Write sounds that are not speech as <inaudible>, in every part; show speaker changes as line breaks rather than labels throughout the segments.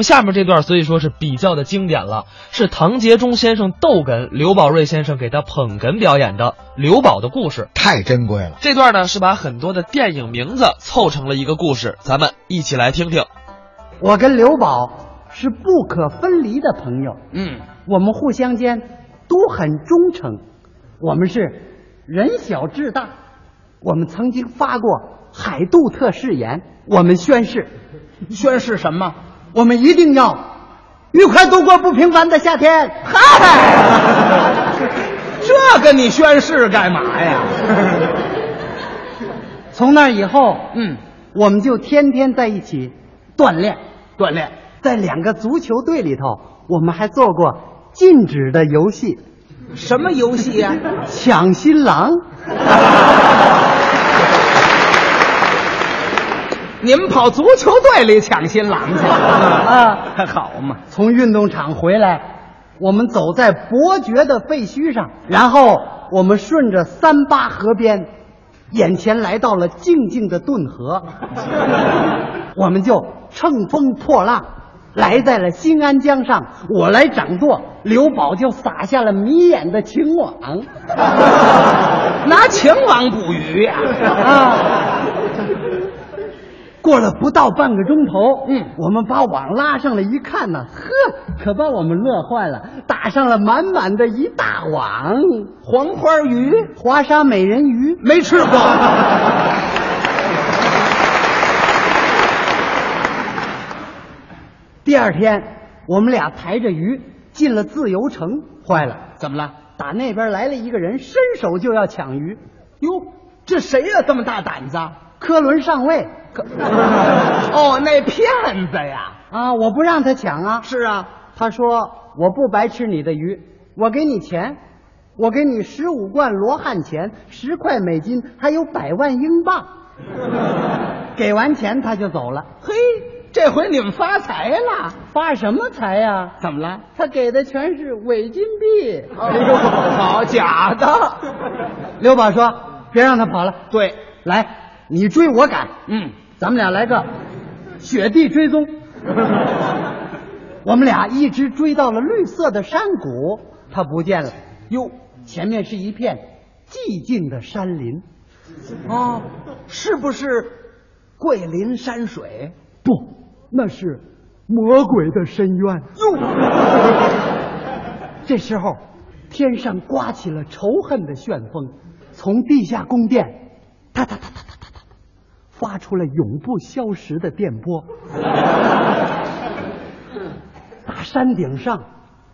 那下面这段所以说是比较的经典了，是唐杰忠先生逗哏，刘宝瑞先生给他捧哏表演的刘宝的故事。
太珍贵了。
这段呢是把很多的电影名字凑成了一个故事，咱们一起来听听。
我跟刘宝是不可分离的朋友，
嗯，
我们互相间都很忠诚，我们是人小志大，我们曾经发过海杜特誓言，我们宣誓，
宣誓什么？
我们一定要愉快度过不平凡的夏天。嗨，
这跟你宣誓干嘛呀？
从那以后，
嗯，
我们就天天在一起锻炼，
锻炼
在两个足球队里头，我们还做过禁止的游戏，
什么游戏啊
<laughs>
呀、
抢新郎。
你们跑足球队里抢新郎去
啊
还 <laughs> 好嘛？
从运动场回来，我们走在伯爵的废墟上，然后我们顺着三八河边，眼前来到了静静的顿
<laughs>
河，我们就乘风破浪，来在了新安江上。我来掌舵，刘宝就撒下了迷眼的情网。
<laughs> 拿情网捕鱼呀、
啊。过了不到半个钟头，
嗯
我们把网拉上来一看呢，呵，可把我们乐坏了，打上了满满的一大网
黄花鱼
华沙美人鱼。
没吃过，
第二天，我们俩抬着鱼进了自由城，坏了，
怎么了？
打那边来了一个人，伸手就要抢鱼，
哟，这谁呀、这么大胆子？
科伦上尉
<laughs> 哦，那骗子呀！
啊，我不让他抢啊，
是啊，
他说：“我不白吃你的鱼，我给你钱，我给你十五贯罗汉钱，十块美金，还有百万英镑。”给完钱他就走了，
嘿，这回你们发财了？
发什么财呀、
怎么了？
他给的全是伪金币。
哎呦，好假 <laughs> 的！
刘宝说：“别让他跑了，
对，
来，你追我赶，
嗯，
咱们俩来个雪地追
<laughs>
踪。我们俩一直追到了绿色的山谷，他不见了。
哟，
前面是一片寂静的山林，
哦，是不是桂林山水？
不，那是魔鬼的深渊。 <laughs> 这时候，天上刮起了仇恨的旋风，从地下宫殿，哒哒哒哒哒哒哒，发出了永不消失的电波。大山顶上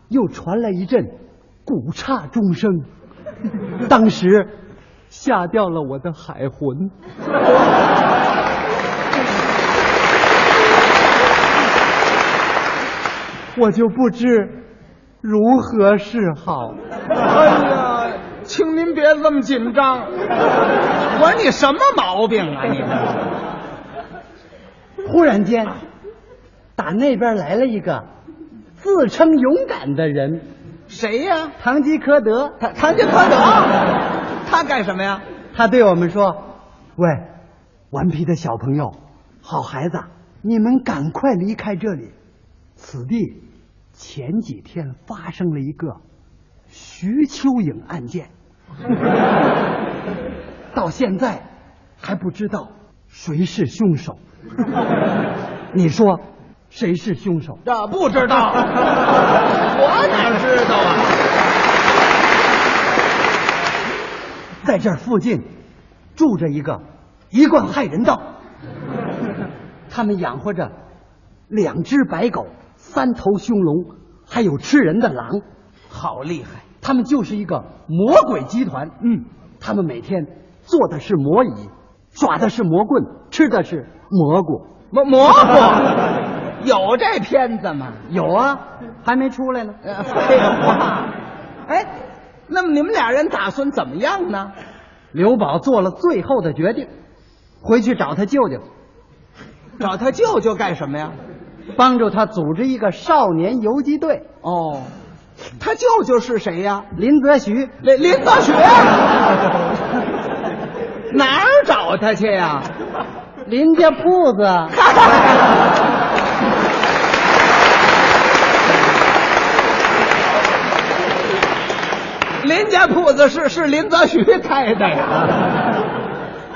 又传来一阵鼓刹钟声，当时吓掉了我的海魂。我就不知如何是好。
哎呀，请您别这么紧张。我说你什么毛病啊你？
忽然间，打那边来了一个自称勇敢的人，
谁呀、
堂吉诃德。
他唐吉诃德，他干什么呀？
他对我们说：“喂，顽皮的小朋友，好孩子，你们赶快离开这里。此地前几天发生了一个徐秋影案件，到现在还不知道谁是凶手。 <laughs> 你说谁是凶手？”
这不知道，我哪知道啊？
在这儿附近住着一个一贯害人道，他们养活着两只白狗、三头凶龙，还有吃人的狼，
好厉害！
他们就是一个魔鬼集团。嗯，他们每天做的是魔椅，耍的是魔棍，吃的是蘑菇。
蘑蘑菇， <laughs> 有这片子吗？
有啊，还没出来 <laughs> 呢。
呃废话。哎，那么你们俩人打算怎么样呢？
刘宝做了最后的决定，回去找他舅舅，
找他舅舅干什么呀？
帮助他组织一个少年游击队。
哦，他舅舅是谁呀？
林则徐
林林则徐， <laughs> 哪儿找他去呀、 <laughs>
林家铺子。您家铺子是是林则徐开的
<laughs>
呀？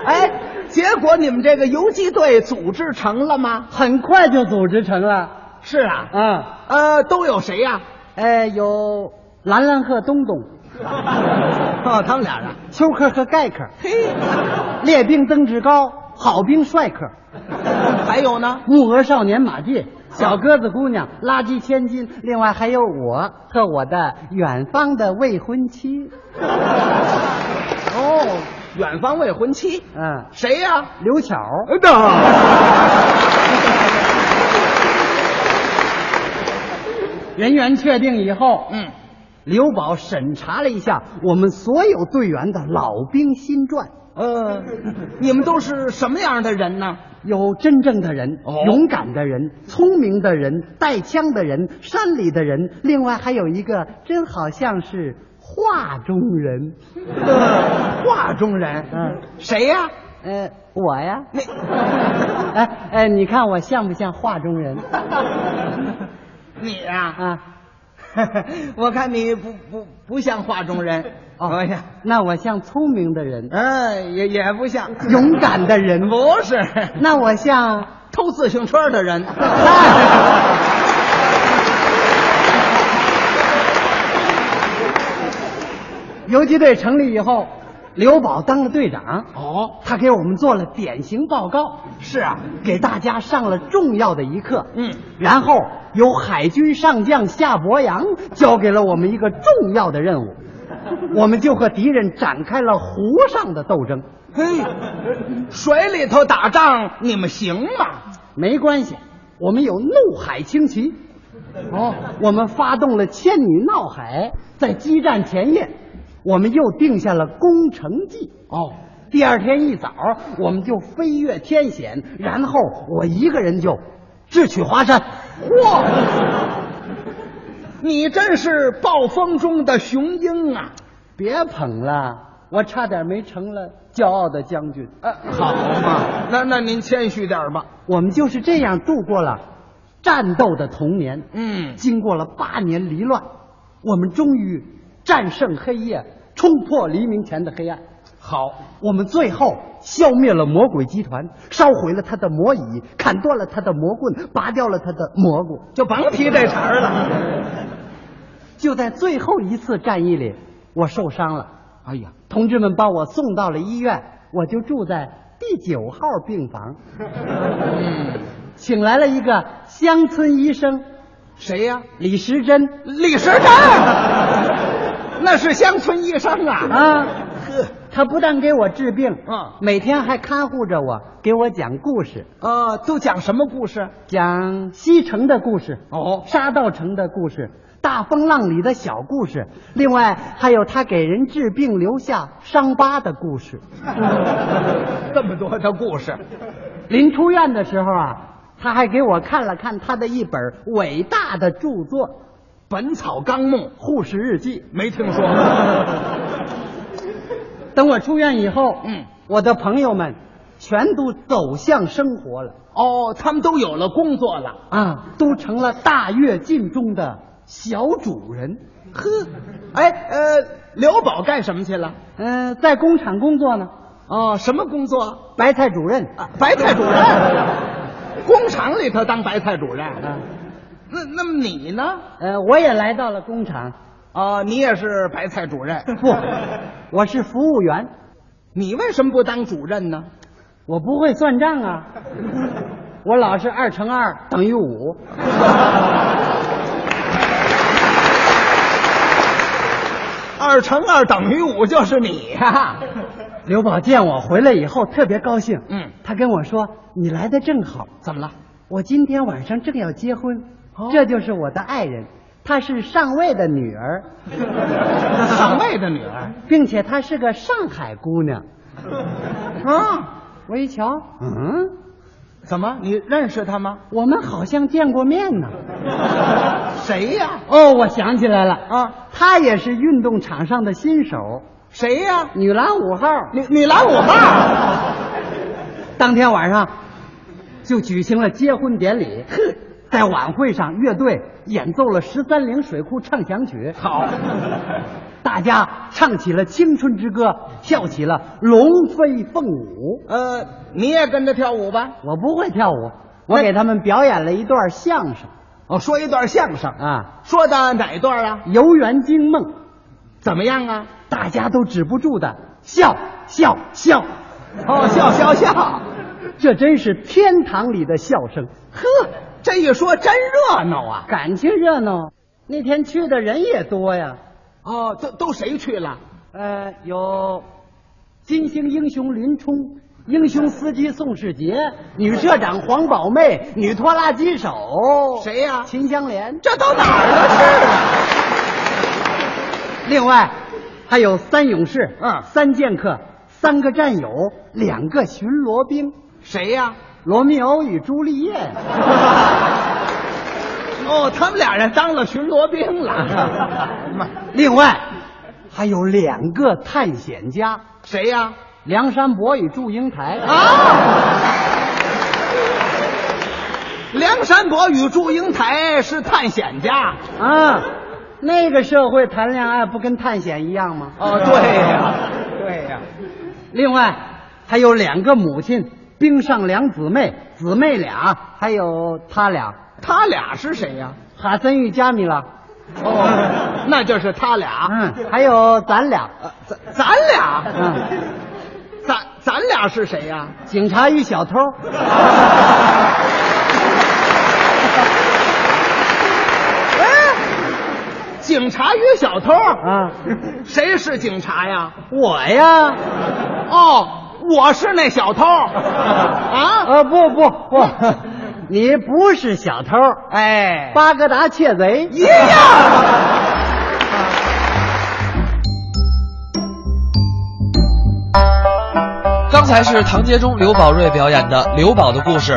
哎，结果你们这个游击队组织成了吗？
很快就组织成了。
是啊，
啊，
呃，都有谁呀、
哎，有兰兰和东东，
<laughs> 哦，他们俩啊，
秋克和盖克，
嘿，
列兵曾志高，好兵帅克，
还有呢？
木鹅少年马介，小鸽子姑娘，垃圾千金，另外还有我和我的远方的未婚妻，
哦，远方未婚妻，
嗯，
谁呀、
刘巧，人员确定以后，
嗯，
刘宝审查了一下我们所有队员的老兵新传，
呃，你们都是什么样的人呢？
有真正的人、
哦
勇敢的人、聪明的人、带枪的人、山里的人，另外还有一个真好像是画中人。
呃，画中人，
嗯，
谁呀、
呃，我呀，
那
<laughs> 哎哎，你看我像不像画中人
<laughs> 你呀、
啊？
<laughs> 我看你不不不像画中人，哎呀，
哦那我像聪明的人、
嗯，也也不像，
<laughs> 勇敢的人。
不是
那我像，
偷自行车的
<laughs>
人，
游击队成立以后，刘宝当了队长。
哦，
他给我们做了典型报告，
是啊，
给大家上了重要的一课。
嗯，
然后由海军上将夏伯阳交给了我们一个重要的
<laughs>
任务，我们就和敌人展开了湖上的斗争。
嘿，水里头打仗你们行吗？
没关系，我们有怒海轻骑。哦，我们发动了千里闹海，在激战前夜，我们又定下了攻城计。
哦，
第二天一早，我们就飞越天险，然后我一个人就智取华山。
嚯，你真是暴风中的雄鹰啊！
别捧了，我差点没成了骄傲的将军。
呃，好嘛，那那您谦虚点儿吧。
我们就是这样度过了战斗的童年。
嗯，
经过了八年离乱，我们终于战胜黑夜，冲破黎明前的黑暗。
好，
我们最后消灭了魔鬼集团，烧毁了他的魔椅，砍断了他的魔棍，拔掉了他的蘑菇。
就甭提这茬儿了。
就在最后一次战役里，我受伤了，
哎呀，
同志们把我送到了医院，我就住在第九号病房。嗯请来了一个乡村医生
谁呀、
李时珍
李时珍， <laughs> 那是乡村医生啊。
啊，他不但给我治病，
嗯
每天还看护着我，给我讲故事，
呃，都讲什么故事？
讲西城的故事，
哦
沙道城的故事，大风浪里的小故事，另外还有他给人治病留下伤疤的故事。
这么多的故事。
临出院的时候啊，他还给我看了看他的一本伟大的著作《
《本草纲目》
护士日记》。
没听说过。
<laughs> 等我出院以后，
嗯，
哦我的朋友们全都走向生活了
哦，他们都有了工作了。
啊，都成了大跃进中的小主人。
呵，哎呃，刘宝干什么去了？
嗯、在工厂工作呢，
哦，什么工作？
白菜主任。
啊、白菜主任。工厂里头当白菜主任。
啊，
那那么你呢？
呃，我也来到了工厂，
哦，你也是白菜主任。
<laughs> 不，我是服务员，
你为什么不当主任呢？
我不会算
<laughs>
账啊，我老是二乘二等于五。
二乘二等于五就是你呀、 <laughs>
刘宝见我回来以后特别高兴，
嗯，
他跟我说：“你来的正好，
怎么了？
我今天晚上正要结婚，
哦
这就是我的爱人，她是上尉的女儿，
<laughs> 上尉的女儿
并且她是个上海姑娘。
啊？”
我一瞧，嗯，
怎么？你认识她吗？
我们好像见过面呢。
<laughs> 谁呀、
哦，我想起来了
啊，
她也是运动场上的新手，
谁呀、
女篮五号。
你你拦我爸？
当天晚上就举行了结婚典 <laughs> 礼。在晚会上，乐队演奏了《十三陵水库畅想曲》。
好， <laughs> 大家唱起了青春之歌，跳起了龙飞凤舞。
呃，你也跟着跳舞吧。
我不会跳舞，我给他们表演了一段相声
哦，说一段相声，
啊，
说的哪段啊？
《游园惊梦》，
怎么样啊？
大家都止不住的笑笑笑，
哦，笑笑笑，
这真是天堂里的笑声，
呵，这一说真热闹啊！
感情热闹。那天去的人也多呀，
哦，都都谁去了？
呃，有金星英雄林冲，英雄司机宋世杰，女社长黄宝妹，女拖拉机手
谁呀
秦香莲。
这都哪儿的事啊？
另外还有三勇士，
嗯
三剑客，三个战友，两个巡逻兵，
谁呀、
罗密欧与朱丽叶。
<laughs> 哦，他们俩人当了巡逻兵了。妈
<laughs> 另外还有两个探险家，
谁呀、
梁山伯与祝英台
啊！梁山伯与祝英台是探险家。
啊，那个社会谈恋爱不跟探险一样吗？
哦，对呀，对呀。
另外还有两个母亲，冰上两姊妹，姊妹俩，还有他俩，
他俩是谁呀、
哈森与加米拉，
哦，那就是他俩。
嗯，还有咱俩，
呃咱咱俩，
嗯，
咱咱俩是谁呀、
警察与
<laughs>
小偷，
哎警察与小偷。
啊，
谁是警察呀？
我呀，
哦，我是那小
<laughs>
偷。啊？
啊不不
<laughs>
不，你不是小偷，
哎，
巴格达窃贼，
一样。
刚才是唐杰忠、刘宝瑞表演的《刘宝的故事》。